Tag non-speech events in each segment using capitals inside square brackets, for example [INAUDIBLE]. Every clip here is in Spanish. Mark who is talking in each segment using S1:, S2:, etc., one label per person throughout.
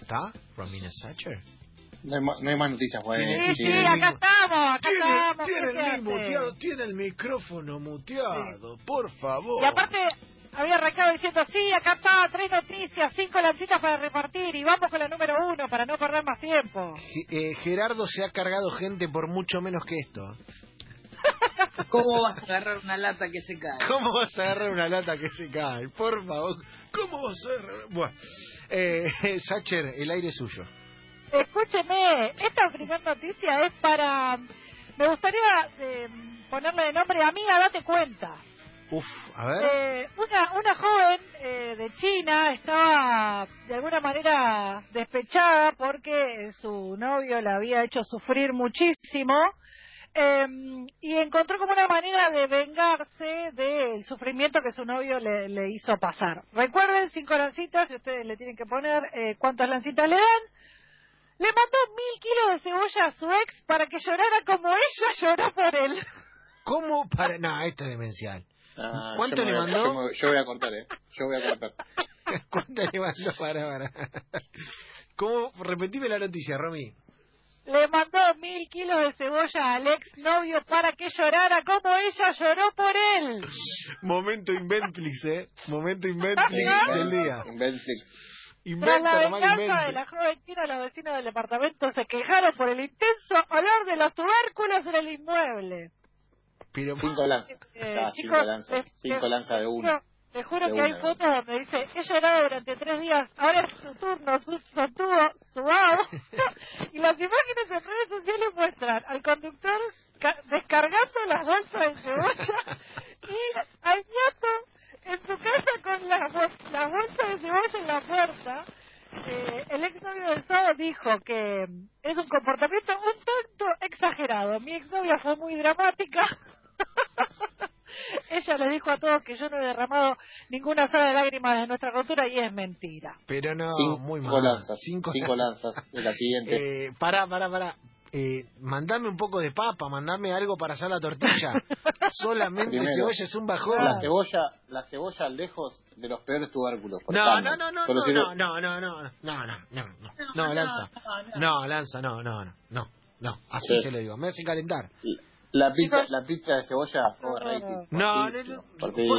S1: está Romina Sacher.
S2: No hay, ma- no hay más noticias, güey.
S1: Tiene-
S3: Sí, sí,
S1: tiene el
S3: acá
S1: mismo-
S3: estamos, acá
S4: Tiene,
S3: estamos.
S4: tiene
S3: ¿qué
S4: el
S3: se
S4: link
S3: hace?
S4: muteado, tiene el micrófono muteado, por favor.
S3: Y aparte, había arrancado diciendo, sí, acá está, tres noticias, cinco lancitas para repartir y vamos con la número uno para no perder más tiempo.
S4: Ge- eh, Gerardo se ha cargado gente por mucho menos que esto.
S5: ¿Cómo vas a agarrar una lata que se cae?
S4: ¿Cómo vas a agarrar una lata que se cae? Por favor, ¿cómo vas a agarrar? Bueno, eh, [LAUGHS] Sacher, el aire es suyo.
S3: Escúcheme, esta primera noticia es para... Me gustaría eh, ponerle de nombre, amiga, date cuenta.
S4: Uf, a ver.
S3: Eh, una, una joven eh, de China estaba de alguna manera despechada porque su novio la había hecho sufrir muchísimo eh, y encontró como una manera de vengarse del sufrimiento que su novio le, le hizo pasar. Recuerden, cinco lancitas, si ustedes le tienen que poner eh, cuántas lancitas le dan. Le mandó mil kilos de cebolla a su ex para que llorara como ella lloró por él.
S4: ¿Cómo para.? No, esto es
S3: [LAUGHS]
S4: demencial.
S2: Ah,
S4: ¿Cuánto
S2: yo me
S4: le
S2: voy a-
S4: mandó?
S2: Yo, me- yo voy a contar, ¿eh? Yo voy a contar.
S4: ¿Cuánto le mando para, para? ¿Cómo? Repetime la noticia, Romy.
S3: Le mandó mil kilos de cebolla al ex novio para que llorara como ella lloró por él.
S4: Momento Inventflix, ¿eh? Momento
S2: Eh,
S4: Inventflix
S3: [LAUGHS]
S4: del día.
S2: Inventflix.
S3: Tras la
S4: Inventa, nomás
S3: venganza de
S4: inventa.
S3: la joven china, los vecinos del departamento se quejaron por el intenso olor de los tubérculos en el inmueble.
S4: Pero,
S2: Cinco lanzas.
S3: Eh,
S2: Ah, cinco
S3: chicos, eh,
S2: lanzas.
S3: les-
S2: Cinco
S3: les-
S2: lanzas de
S3: les
S2: uno.
S3: juro- Les juro
S2: De
S3: que hay
S2: una.
S3: fotos donde dice, he llorado durante tres días, ahora es su turno, su sotuvo,
S2: [LAUGHS]
S3: suave. y las imágenes en redes sociales muestran al conductor ca- descargando las bolsas
S2: [LAUGHS]
S3: de cebolla y al nieto en su casa con las bol- las bolsas de cebolla en la puerta. Eh, el exnovio del sábado dijo que es un comportamiento un tanto exagerado. Mi exnovia fue muy dramática. [LAUGHS] Ella le dijo a todos que yo no he derramado ninguna sola de lágrimas de nuestra cultura y es mentira.
S4: pero no, muy
S2: Cinco
S4: mal.
S2: lanzas.
S4: Cinco,
S2: Cinco
S4: [LAUGHS]
S2: lanzas. Es la siguiente.
S4: Eh, pará, pará, pará. Eh, mandame un poco de papa, mandame algo para hacer la tortilla. Solamente
S2: Primero.
S4: cebolla es un bajón.
S2: La cebolla, la cebolla lejos de los peores tubérculos. por
S4: No,
S2: tanto.
S4: no, no, no,
S2: Solo
S4: no,
S2: quiero-
S4: no, no, no, no, no, no, no, no, no, lanza. No, lanza, no, no, no, no, no, así
S2: Sí.
S4: se lo digo. Me hace calentar.
S2: La pizza,
S3: Chicos.
S2: la pizza de cebolla.
S3: No, no, no.
S2: overrated.
S4: No, no,
S2: Fortísimo,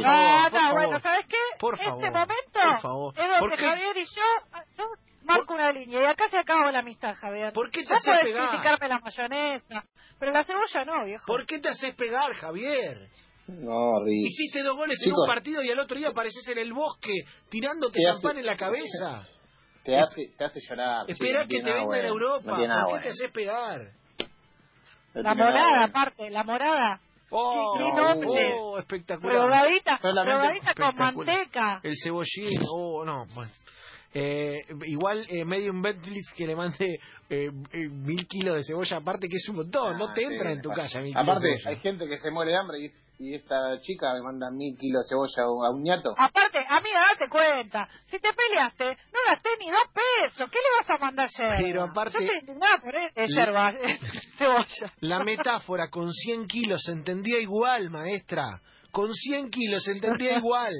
S4: no.
S2: fortísimo.
S4: Por
S3: Ah,
S4: favor,
S3: no,
S4: por favor.
S3: bueno, ¿sabes qué?
S4: Por
S3: este
S4: favor,
S3: momento
S4: por favor.
S3: es donde
S4: ¿Por qué?
S3: Javier y yo, ah, yo marco una línea y acá se acaba la amistad, Javier.
S4: ¿Por qué te
S3: Vos
S4: haces
S3: podés
S4: pegar?
S3: criticarme la mayonesa, pero la cebolla no, viejo.
S4: ¿Por qué te haces pegar, Javier?
S2: No, Rick.
S4: Hiciste dos goles en
S2: Chicos.
S4: un partido y al otro día apareces en el bosque tirándote
S2: ¿Qué hace?
S4: champán en la cabeza.
S2: Te hace, te hace llorar.
S4: Esperá que te venga
S2: vengan
S4: en Europa. ¿Por qué te haces pegar?
S3: La morada, aparte, la morada.
S4: Oh,
S3: Qué
S2: nombre.
S4: oh, espectacular.
S3: Drogadita,
S4: Solamente
S3: drogadita con
S4: espectacular.
S3: manteca.
S4: El cebollín, oh, no, bueno. Eh, igual eh, Medium Bentley que le mande eh, eh, mil kilos de cebolla aparte que es un montón, no te entra en tu casa mil kilos
S2: Ah, Aparte,
S4: de cebolla.
S2: hay gente que se muere de hambre y, y esta chica me manda mil kilos de cebolla a un ñato.
S4: Ah,
S3: Aparte, amiga, date cuenta. Si te peleaste, no gasté ni dos pesos. ¿Qué le vas a mandar yerba?
S4: Pero aparte-
S3: Yo te indignaba por e- eh, yerba, eh,
S4: [LAUGHS]
S3: cebolla.
S4: La metáfora con 100 kilos se entendía igual, maestra. Con 100 kilos se entendía igual.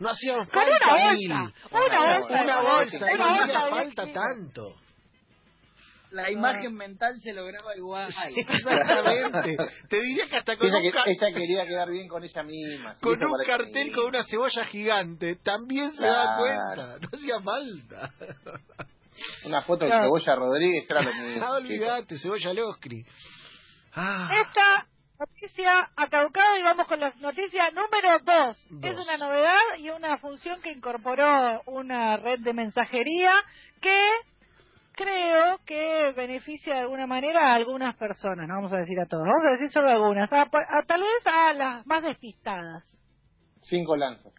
S4: No hacían
S3: Con
S4: falta
S3: una
S4: mil.
S3: bolsa. Una
S2: Una
S3: bolsa.
S4: Una bolsa,
S3: Una
S4: no
S3: bolsa.
S4: hacía
S3: de
S4: falta
S3: kilos.
S4: tanto.
S2: Ah.
S5: La imagen mental se lograba igual.
S4: Exactamente. [LAUGHS] Te diría que hasta con
S2: Ella,
S4: un,
S2: que-
S4: ca-
S2: ella quería quedar bien con ella misma. sí,
S4: con
S2: eso
S4: un
S2: parece
S4: cartel
S2: que-
S4: con una cebolla gigante también se da
S2: Claro.
S4: cuenta. No hacía falta. Ah,
S2: Una foto de
S3: Claro.
S2: cebolla Rodríguez
S4: [LAUGHS]
S2: era lo mismo.
S4: Ah,
S2: chicos.
S4: olvidate, cebolla loscri. Ah,
S3: Esta noticia ha caducado y vamos con la noticia número 2.
S4: Dos.
S3: Es una novedad y una función que incorporó una red de mensajería que creo que beneficia de alguna manera a algunas personas, no vamos a decir a todos, vamos a decir solo a algunas, a- a- tal vez a las más despistadas.
S2: Cinco lanzas.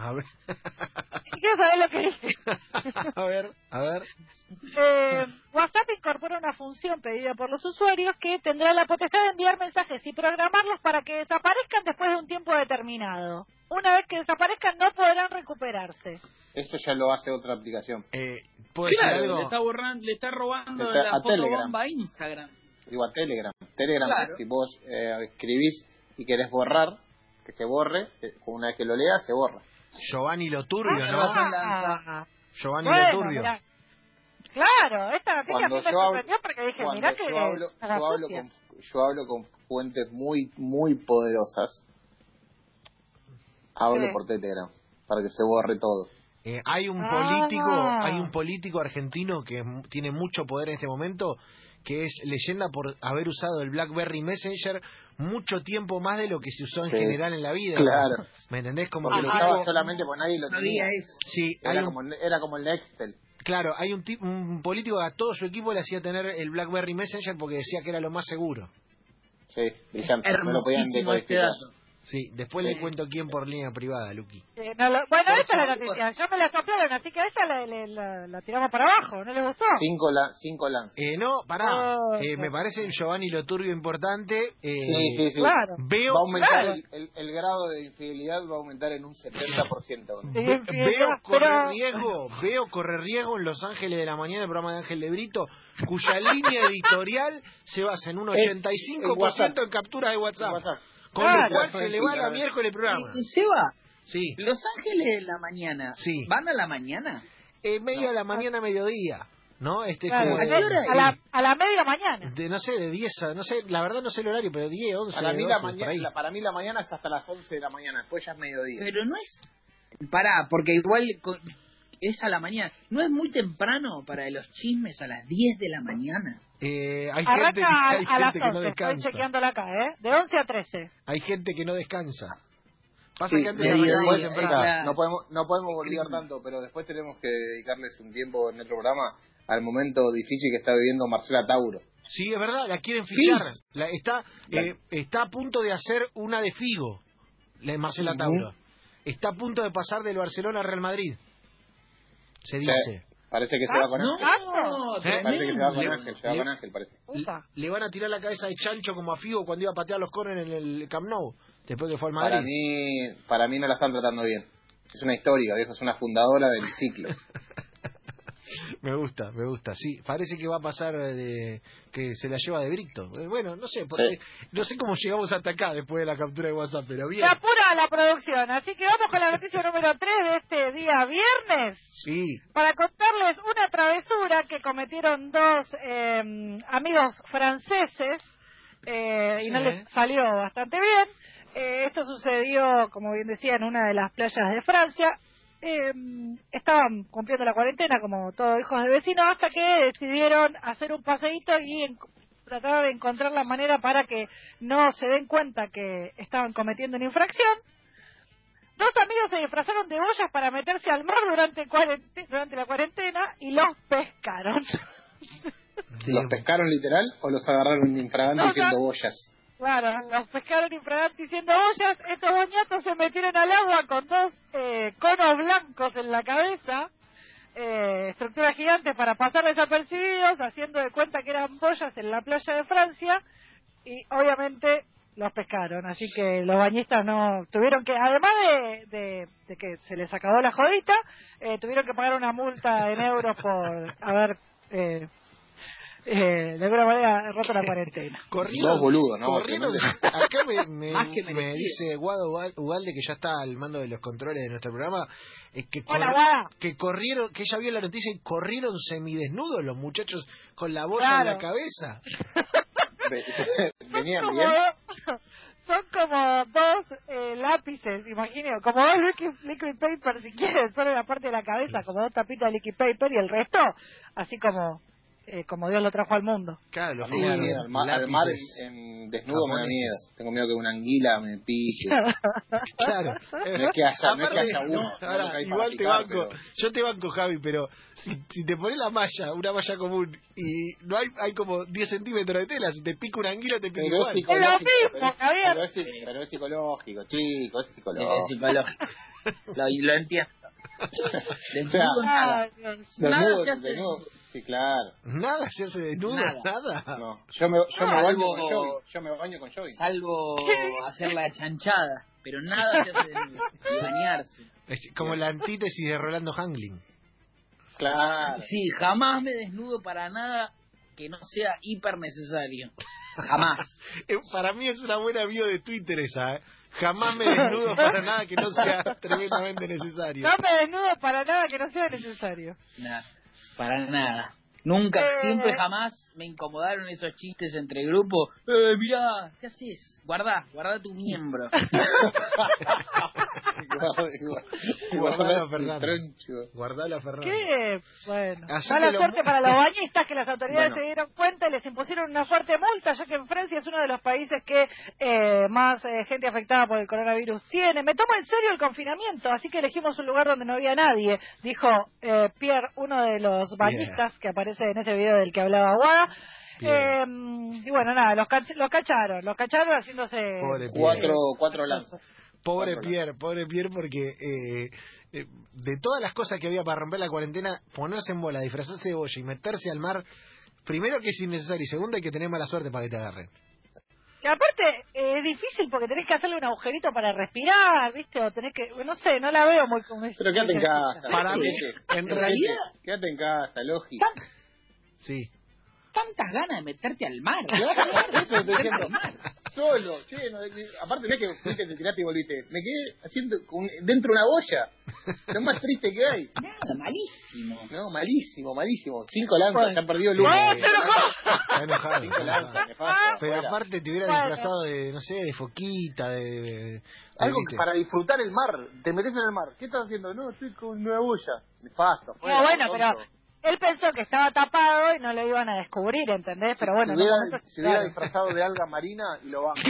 S4: a ver, [LAUGHS]
S3: Si quieres saber lo que dice.
S4: a ver, a ver.
S3: Eh, WhatsApp incorpora una función pedida por los usuarios que tendrá la potestad de enviar mensajes y programarlos para que desaparezcan después de un tiempo determinado. Una vez que desaparezcan no podrán recuperarse.
S2: Eso ya lo hace otra aplicación.
S4: Eh, ¿puedo decir
S5: Claro,
S4: algo?
S5: le está, borrando, le está robando
S2: Está- a
S5: la fotobomba a Instagram.
S2: Digo a Telegram. Telegram,
S5: Claro.
S2: si vos eh, escribís y querés borrar, que se borre, eh, una vez que lo leas, se borra.
S4: Giovanni Loturbio, ¿no?
S5: Ah.
S4: Giovanni
S3: Bueno,
S4: Loturbio.
S3: mirá. Claro, esta noticia a mí
S2: Cuando
S3: me
S2: yo hablo-
S3: sorprendió porque dije,
S2: cuando
S3: mirá que
S2: yo hablo,
S3: a la
S2: yo hablo
S3: sucia.
S2: con, yo hablo con fuentes muy, muy poderosas. Hablo
S3: Sí.
S2: por Telegram para que se borre todo.
S4: Eh, hay un
S3: Ah.
S4: político, hay un político argentino que mu- tiene mucho poder en este momento, que es leyenda por haber usado el BlackBerry Messenger mucho tiempo más de lo que se usó en
S2: Sí.
S4: general en la vida.
S2: Claro.
S4: ¿Me entendés? Como
S2: Porque
S4: que
S2: lo
S4: lo
S5: Ah,
S2: usaba
S4: tipo-
S2: solamente porque nadie lo
S5: Sabía
S2: tenía.
S5: eso.
S4: sí, hay
S2: Era
S4: un-
S2: como, era como el Nextel.
S4: claro, hay un, ti- un político que a todo su equipo le hacía tener el BlackBerry Messenger porque decía que era lo más seguro.
S2: Sí, brillante. No lo podían
S5: Hermosísimo este
S2: decodificar.
S5: dato.
S4: Sí, después
S2: Sí.
S4: le cuento quién por línea privada, Luqui.
S3: Eh, no lo- bueno, esta
S5: Por
S3: es la
S5: favor.
S3: noticia. Yo me la soplaron, así que esta la, la- la- la tiramos para abajo. ¿No le gustó?
S2: Cinco, la, cinco lanzas.
S4: Eh, no, pará.
S3: No,
S4: Eh,
S3: no.
S4: me parece Giovanni Loturbio importante. Eh,
S2: Sí, sí, sí.
S3: Claro.
S4: Veo,
S2: Va a aumentar
S3: Claro.
S2: el, el- el grado de infidelidad, va a aumentar en un 70%. con esto.
S3: Sí,
S4: Ve-
S3: sí,
S4: veo
S3: no,
S4: correr
S3: pero-
S4: riesgo, veo correr riesgo en Los Ángeles de la Mañana, el programa de Ángel de Brito, cuya línea editorial se basa en un
S2: Es
S4: 85% en captura de WhatsApp.
S2: WhatsApp.
S4: Con
S3: Ah, Claro.
S4: lo cual se le va la
S2: Claro.
S4: miércoles el programa.
S5: Y- y Seba,
S4: Sí,
S5: Los Ángeles de la mañana.
S4: Sí.
S5: ¿Van a la mañana?
S4: en medio eh, de la mañana, mediodía, ¿no? Este
S3: Claro,
S4: como
S5: ¿a
S4: de,
S5: qué hora?
S3: a, la, a la media mañana.
S4: de, no sé, de 10 a, no sé, la verdad no sé el horario, pero 10, 11,
S2: Para mí, la
S4: 12, por
S2: mañana,
S4: ahí.
S2: la- para mí la mañana es hasta las 11 de la mañana, después ya es mediodía.
S5: Pero no es... Pará, porque igual co- es a la mañana. ¿No es muy temprano para los chismes a las 10 de la mañana?
S4: Eh, hay gente,
S3: Arranca a,
S4: hay
S3: a las
S4: gente que no
S3: 11. Estoy
S4: descansa.
S3: chequeándola acá, ¿eh? De 11 a 13.
S4: Hay gente que no descansa. Pasa
S2: Sí,
S4: que antes
S2: sí,
S4: de la mañana
S2: después-
S4: iba
S5: temprano.
S2: claro,
S5: Claro.
S2: no podemos no podemos
S5: Sí.
S2: volver tanto, pero después tenemos que dedicarles un tiempo en el programa al momento difícil que está viviendo Marcela Tauro.
S4: Sí, es verdad, la quieren fichar.
S5: Sí.
S4: La- está, eh, está a punto de hacer una de Figo, la de Marcela
S2: Ujú.
S4: Tauro. Está a punto de pasar del Barcelona al Real Madrid. Se
S2: O
S4: dice.
S2: sea, parece que se va con
S5: No,
S2: Ángel.
S5: no,
S2: Parece que se va con
S4: Ah, ¿Eh? Le-
S2: Ángel, se va
S4: le-
S2: con Ángel, parece.
S3: Upa.
S4: Le van a tirar la cabeza de chancho como a Figo cuando iba a patear los corners en el Camp Nou, después que fue al Madrid.
S2: Para mí, para mí no la están tratando bien. Es una histórica, viejo, es una fundadora del
S4: [LAUGHS]
S2: ciclo.
S4: Me gusta, me gusta. Sí, parece que va a pasar de, que se la lleva de Bricto. Eh, Bueno, no sé, porque, no sé cómo llegamos hasta acá después de la captura de WhatsApp, pero bien.
S3: Se apura la producción, así que vamos con la noticia número 3 de este día viernes.
S4: Sí,
S3: para contarles una travesura que cometieron dos eh, amigos franceses eh, y no
S4: Sí.
S3: les salió bastante bien. Eh, esto sucedió, como bien decía, en una de las playas de Francia. Eh, estaban cumpliendo la cuarentena como todos hijos de vecinos hasta que decidieron hacer un paseíto y en- tratar de encontrar la manera para que no se den cuenta que estaban cometiendo una infracción. Dos amigos se disfrazaron de boyas para meterse al mar durante, cuarente- durante la cuarentena y los pescaron.
S2: ¿Los pescaron literal o los agarraron infragante
S3: No,
S2: diciendo
S3: no.
S2: boyas?
S3: claro, los pescaron infraganti diciendo boyas. Estos dos ñatos se metieron al agua con dos eh, conos blancos en la cabeza, eh, estructuras gigantes para pasar desapercibidos, haciendo de cuenta que eran boyas en la playa de Francia y obviamente los pescaron. Así que los bañistas no tuvieron que, además de, de- de que se les acabó la jodita, eh, tuvieron que pagar una multa en euros por haber... eh, eh, de alguna manera roto la cuarentena.
S4: Corrieron,
S2: Dos boludos, ¿no?
S4: corrieron- [LAUGHS] acá me, me-
S5: Más que
S4: me
S5: merecido.
S4: dice Guado Ubal- Ubalde, que ya está al mando de los controles de nuestro programa, eh, que, cor-
S3: Hola, Guada.
S4: que corrieron, que ella vio la noticia y corrieron semidesnudos los muchachos con la boya en
S3: Claro.
S4: la cabeza.
S2: Ve- [LAUGHS] Venían
S3: como
S2: bien.
S3: dos- [LAUGHS] son como dos eh, lápices, imagino, como dos liquid, liquid paper si quieren, [LAUGHS] solo la parte de la cabeza, como dos tapitas de liquid paper y el resto, así como eh, como Dios lo trajo al mundo.
S4: Claro, los
S2: A mí,
S4: jugadores,
S2: al, ma- al mar
S4: lápices.
S2: en, en desnudo me da
S4: japoneses.
S2: miedo. Tengo miedo que una anguila me pise.
S4: Claro.
S2: [LAUGHS] No es que haya- no es
S4: Aparte,
S2: que haya uno,
S4: no,
S2: no
S4: ahora,
S2: lo que hay para
S4: igual te
S2: picar,
S4: banco.
S2: pero-
S4: Yo te banco, Javi, pero si, si te pones la malla, una malla común, y no hay hay como 10 centímetros de tela, si te pica una anguila, te pica
S2: Pero es
S4: igual.
S2: psicológico.
S3: mismo,
S2: Pero,
S3: Javier.
S2: pero es, pero es psicológico, chico, es
S5: Es
S2: psicológico. [LAUGHS]
S5: psicológico. lo, lo entiendo. Lo
S2: O sea,
S5: entiendo nada.
S3: Ay, Dios.
S5: Nada
S2: Desnudo,
S5: se hace-
S2: desnudo. Sí, claro.
S4: Nada se hace desnudo,
S5: Nada.
S4: nada.
S5: Ah.
S2: No. Yo me, yo me
S5: No,
S2: baño
S5: algo-
S2: con jogging. Yo me baño con
S5: Ah.
S2: jogging.
S5: Salvo hacer la chanchada. Pero nada se hace desnudo. Y bañarse.
S4: Es como la antítesis de Rolando Hanglin.
S5: [LAUGHS]
S2: Claro.
S5: Sí, jamás me desnudo para nada que no sea hiper necesario. Jamás.
S4: Eh, Para mí es una buena bio de Twitter esa, ¿eh? Jamás me desnudo para nada que no sea tremendamente necesario.
S3: No me desnudo para nada que no sea necesario.
S5: Nada. Para nada. Nunca,
S3: Eh.
S5: siempre, jamás me incomodaron esos chistes entre grupos. Eh, mirá, ¿qué haces? Guardá, guardá tu miembro.
S2: Igual- igual-
S4: Guardala,
S2: igual-
S4: Fernando.
S2: troncho.
S4: Guardala, Fernando.
S3: ¿Qué? Bueno,
S4: Así
S3: mala
S4: que lo- [LAUGHS]
S3: suerte para los bañistas que las autoridades
S2: Bueno.
S3: se dieron cuenta y les impusieron una fuerte multa, ya que en Francia es uno de los países que eh, más eh, gente afectada por el coronavirus tiene. Me tomo en serio el confinamiento, así que elegimos un lugar donde no había nadie, dijo eh, Pierre, uno de los bañistas que aparece en ese video del que hablaba Guada.
S4: Pierre.
S3: Eh, y bueno, nada, los, cach- los cacharon, los cacharon haciéndose...
S4: Pobre Pierre.
S2: Cuatro, cuatro lanzas.
S4: Pobre
S2: Cuatro
S4: Pierre, pobre Pierre, porque eh, eh, de todas las cosas que había para romper la cuarentena, ponerse en bola, disfrazarse de boya y meterse al mar, primero que es innecesario y segundo hay que tener mala suerte para que te agarren.
S3: Que aparte eh, es difícil porque tenés que hacerle un agujerito para respirar, ¿viste? O tenés que, no sé, no la veo muy como es-
S2: Pero quédate en casa.
S4: Para mí,
S2: Enrique.
S4: en
S2: Enrique,
S5: realidad-
S2: Quédate en casa, lógico.
S5: Tan-
S4: Sí.
S5: [LAUGHS] tantas ganas de meterte al mar.
S2: [LAUGHS]
S5: [LAUGHS]
S2: Eso estoy diciendo. Solo, lleno. de- de- aparte, no es que fuiste, te tiraste y volviste. Me quedé haciendo con- dentro de una boya. Lo más triste que hay.
S5: Nada, malísimo.
S2: No, malísimo, malísimo. Cinco lanzas, se han perdido el
S3: ¡No, eh,
S2: humo.
S3: te lo
S4: [LAUGHS] Está enojado.
S2: Cinco
S4: está enojado.
S3: [LAUGHS]
S2: lanzas, nefasta,
S4: Pero
S2: afuera.
S4: aparte te hubiera
S3: Bueno.
S4: disfrazado de, no sé, de foquita, de... de- de-
S2: Algo que
S4: ¿viste?
S2: para disfrutar el mar. Te metes en el mar. ¿Qué estás haciendo? No, estoy con una boya. Nefasto.
S3: No,
S2: afuera,
S3: bueno, pero
S2: tonto.
S3: él pensó que estaba tapado y no lo iban a descubrir, ¿entendés? Pero bueno,
S2: se
S3: no,
S2: hubiera,
S3: nosotros-
S2: se hubiera
S3: claro.
S2: disfrazado de alga marina y lo
S3: [LAUGHS]
S2: banco.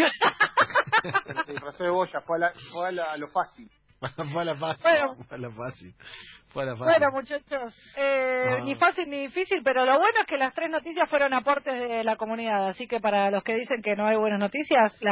S2: Pero se disfrazó de boya, fue a, la- fue a, la- a lo fácil.
S4: [LAUGHS] fue a la fácil.
S3: Bueno.
S4: Fue a la fácil. Fue a la fácil.
S3: Bueno, muchachos, eh,
S4: Ah.
S3: ni fácil ni difícil, pero lo bueno es que las tres noticias fueron aportes de la comunidad, así que para los que dicen que no hay buenas noticias,